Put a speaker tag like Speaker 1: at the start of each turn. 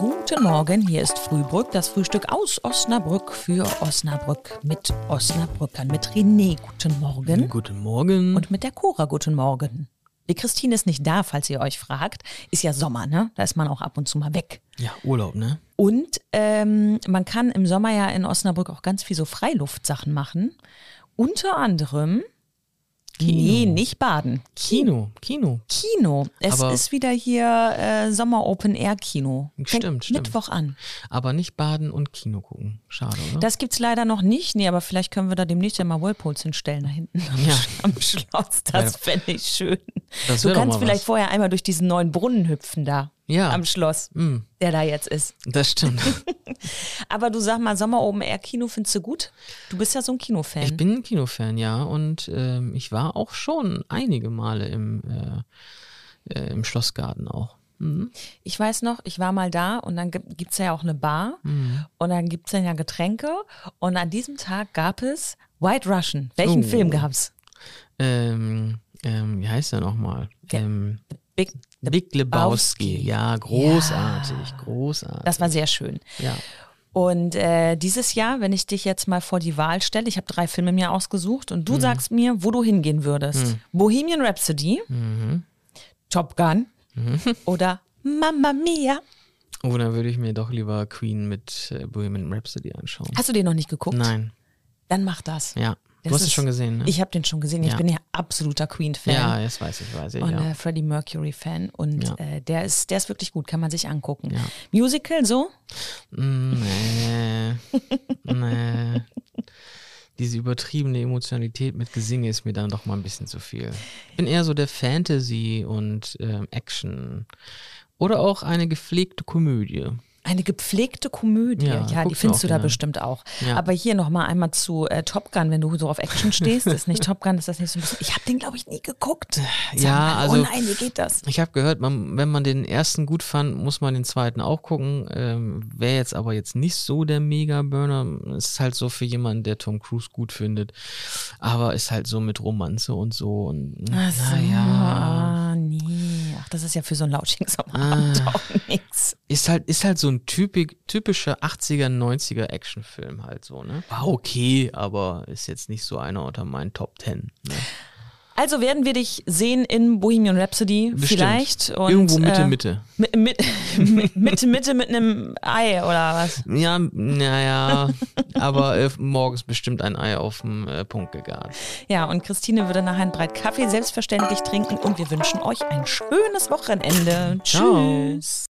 Speaker 1: Guten Morgen, hier ist Frühbrück, das Frühstück aus Osnabrück für Osnabrück mit Osnabrückern. Mit René, guten Morgen.
Speaker 2: Guten Morgen.
Speaker 1: Hm? Und mit der Cora, guten Morgen. Die Christine ist nicht da, falls ihr euch fragt. Ist ja Sommer, ne? Da ist man auch ab und zu mal weg.
Speaker 2: ja, Urlaub, ne?
Speaker 1: Und ähm, man kann im Sommer ja in Osnabrück auch ganz viel so Freiluftsachen machen. Unter anderem. Nee, nicht baden.
Speaker 2: Kino, Kino.
Speaker 1: Kino. Es
Speaker 2: Aber-
Speaker 1: ist wieder hier äh, Sommer Open Air Kino.
Speaker 2: Stimmt,
Speaker 1: Fängt
Speaker 2: stimmt.
Speaker 1: Mittwoch an.
Speaker 2: Aber nicht baden und Kino gucken. Schade, oder?
Speaker 1: Das gibt's leider noch nicht. Nee, aber vielleicht können wir da demnächst ja mal Whirlpools hinstellen, da hinten am,
Speaker 2: Ja.
Speaker 1: am Schloss. Das fände ich schön.
Speaker 2: Das
Speaker 1: du
Speaker 2: wär doch
Speaker 1: kannst
Speaker 2: mal
Speaker 1: vielleicht
Speaker 2: was.
Speaker 1: vorher einmal durch diesen neuen Brunnen hüpfen da.
Speaker 2: Ja. Hm.
Speaker 1: Am Schloss, der da jetzt ist.
Speaker 2: Das stimmt.
Speaker 1: Aber du sag mal, Sommer Open Air Kino findest du gut? Du bist ja so ein Kinofan.
Speaker 2: Ich bin ein Kinofan, ja. Und ähm, ich war auch schon einige Male im, äh, äh, im Schlossgarten auch.
Speaker 1: Ich weiß noch, ich war mal da und dann gibt gibt's ja auch eine Bar
Speaker 2: Hm.
Speaker 1: und dann gibt's dann ja Getränke. Und an diesem Tag gab es White Russian. Welchen
Speaker 2: Oh.
Speaker 1: Film gab's?
Speaker 2: Ähm, ähm, wie heißt der nochmal? Ähm,
Speaker 1: Big,
Speaker 2: Big Lebowski.
Speaker 1: Lebowski.
Speaker 2: Ja, großartig, großartig.
Speaker 1: das war sehr schön.
Speaker 2: ja.
Speaker 1: Und äh, dieses Jahr, wenn ich dich jetzt mal vor die Wahl stelle, ich habe drei Filme mir ausgesucht und
Speaker 2: Mhm.
Speaker 1: du sagst mir, wo du hingehen würdest. Bohemian Rhapsody,
Speaker 2: Mhm.
Speaker 1: Top Gun oder Mamma Mia.
Speaker 2: Oh, dann würde ich mir doch lieber Queen mit äh, Bohemian Rhapsody anschauen.
Speaker 1: Hast du den noch nicht geguckt?
Speaker 2: Nein,
Speaker 1: Dann mach das.
Speaker 2: ja. Du
Speaker 1: Das
Speaker 2: hast es
Speaker 1: ist-
Speaker 2: schon gesehen, ne?
Speaker 1: Ich habe den schon gesehen. Ich
Speaker 2: Ja.
Speaker 1: bin ja absoluter Queen-Fan.
Speaker 2: ja, das weiß ich, weiß ich.
Speaker 1: Und
Speaker 2: ja.
Speaker 1: äh, Freddie Mercury-Fan. Und
Speaker 2: Ja.
Speaker 1: äh, der, ist, der ist wirklich gut, kann man sich angucken.
Speaker 2: Ja.
Speaker 1: Musical, so?
Speaker 2: Mm, Nee. nee. Diese übertriebene Emotionalität mit Gesinge ist mir dann doch mal ein bisschen zu viel. Ich bin eher so der Fantasy und ähm, Action. Oder auch eine gepflegte Komödie.
Speaker 1: Eine gepflegte Komödie,
Speaker 2: Ja,
Speaker 1: ja, die
Speaker 2: guck's mir
Speaker 1: findest
Speaker 2: auch
Speaker 1: du da
Speaker 2: gerne an.
Speaker 1: bestimmt auch.
Speaker 2: Ja.
Speaker 1: Aber hier nochmal einmal zu äh, Top Gun, wenn du so auf Action stehst, ist nicht Top Gun, ist das nicht so ein bisschen. Ich habe den, glaube ich, nie geguckt. Sag
Speaker 2: Ja,
Speaker 1: mal,
Speaker 2: also-
Speaker 1: Oh nein, wie geht das?
Speaker 2: Ich habe gehört, man, wenn man den ersten gut fand, muss man den zweiten auch gucken. Ähm, Wäre jetzt aber jetzt nicht so der Mega-Burner. Ist halt so für jemanden, der Tom Cruise gut findet. Aber ist halt so mit Romanze und so. Und,
Speaker 1: Ach so,
Speaker 2: naja.
Speaker 1: ah, nee. Ach, das ist ja für so einen lauschigen
Speaker 2: Äh.
Speaker 1: Sommerabend auch nix.
Speaker 2: Ist halt, ist halt so ein typisch, typischer 80er, 90er Actionfilm halt so, ne? War okay, aber ist jetzt nicht so einer unter meinen Top Ten. Ne?
Speaker 1: Also werden wir dich sehen in Bohemian Rhapsody
Speaker 2: Bestimmt.
Speaker 1: vielleicht. Und,
Speaker 2: Irgendwo Mitte,
Speaker 1: äh,
Speaker 2: Mitte.
Speaker 1: mi- mi- mi- Mitte, Mitte mit einem Ei oder was?
Speaker 2: Ja, naja, aber äh, morgens bestimmt ein Ei auf dem äh, Punkt gegart.
Speaker 1: Ja, und Christine würde nachher einen Breit Kaffee selbstverständlich trinken und wir wünschen euch ein schönes Wochenende.
Speaker 2: Ciao.
Speaker 1: Tschüss.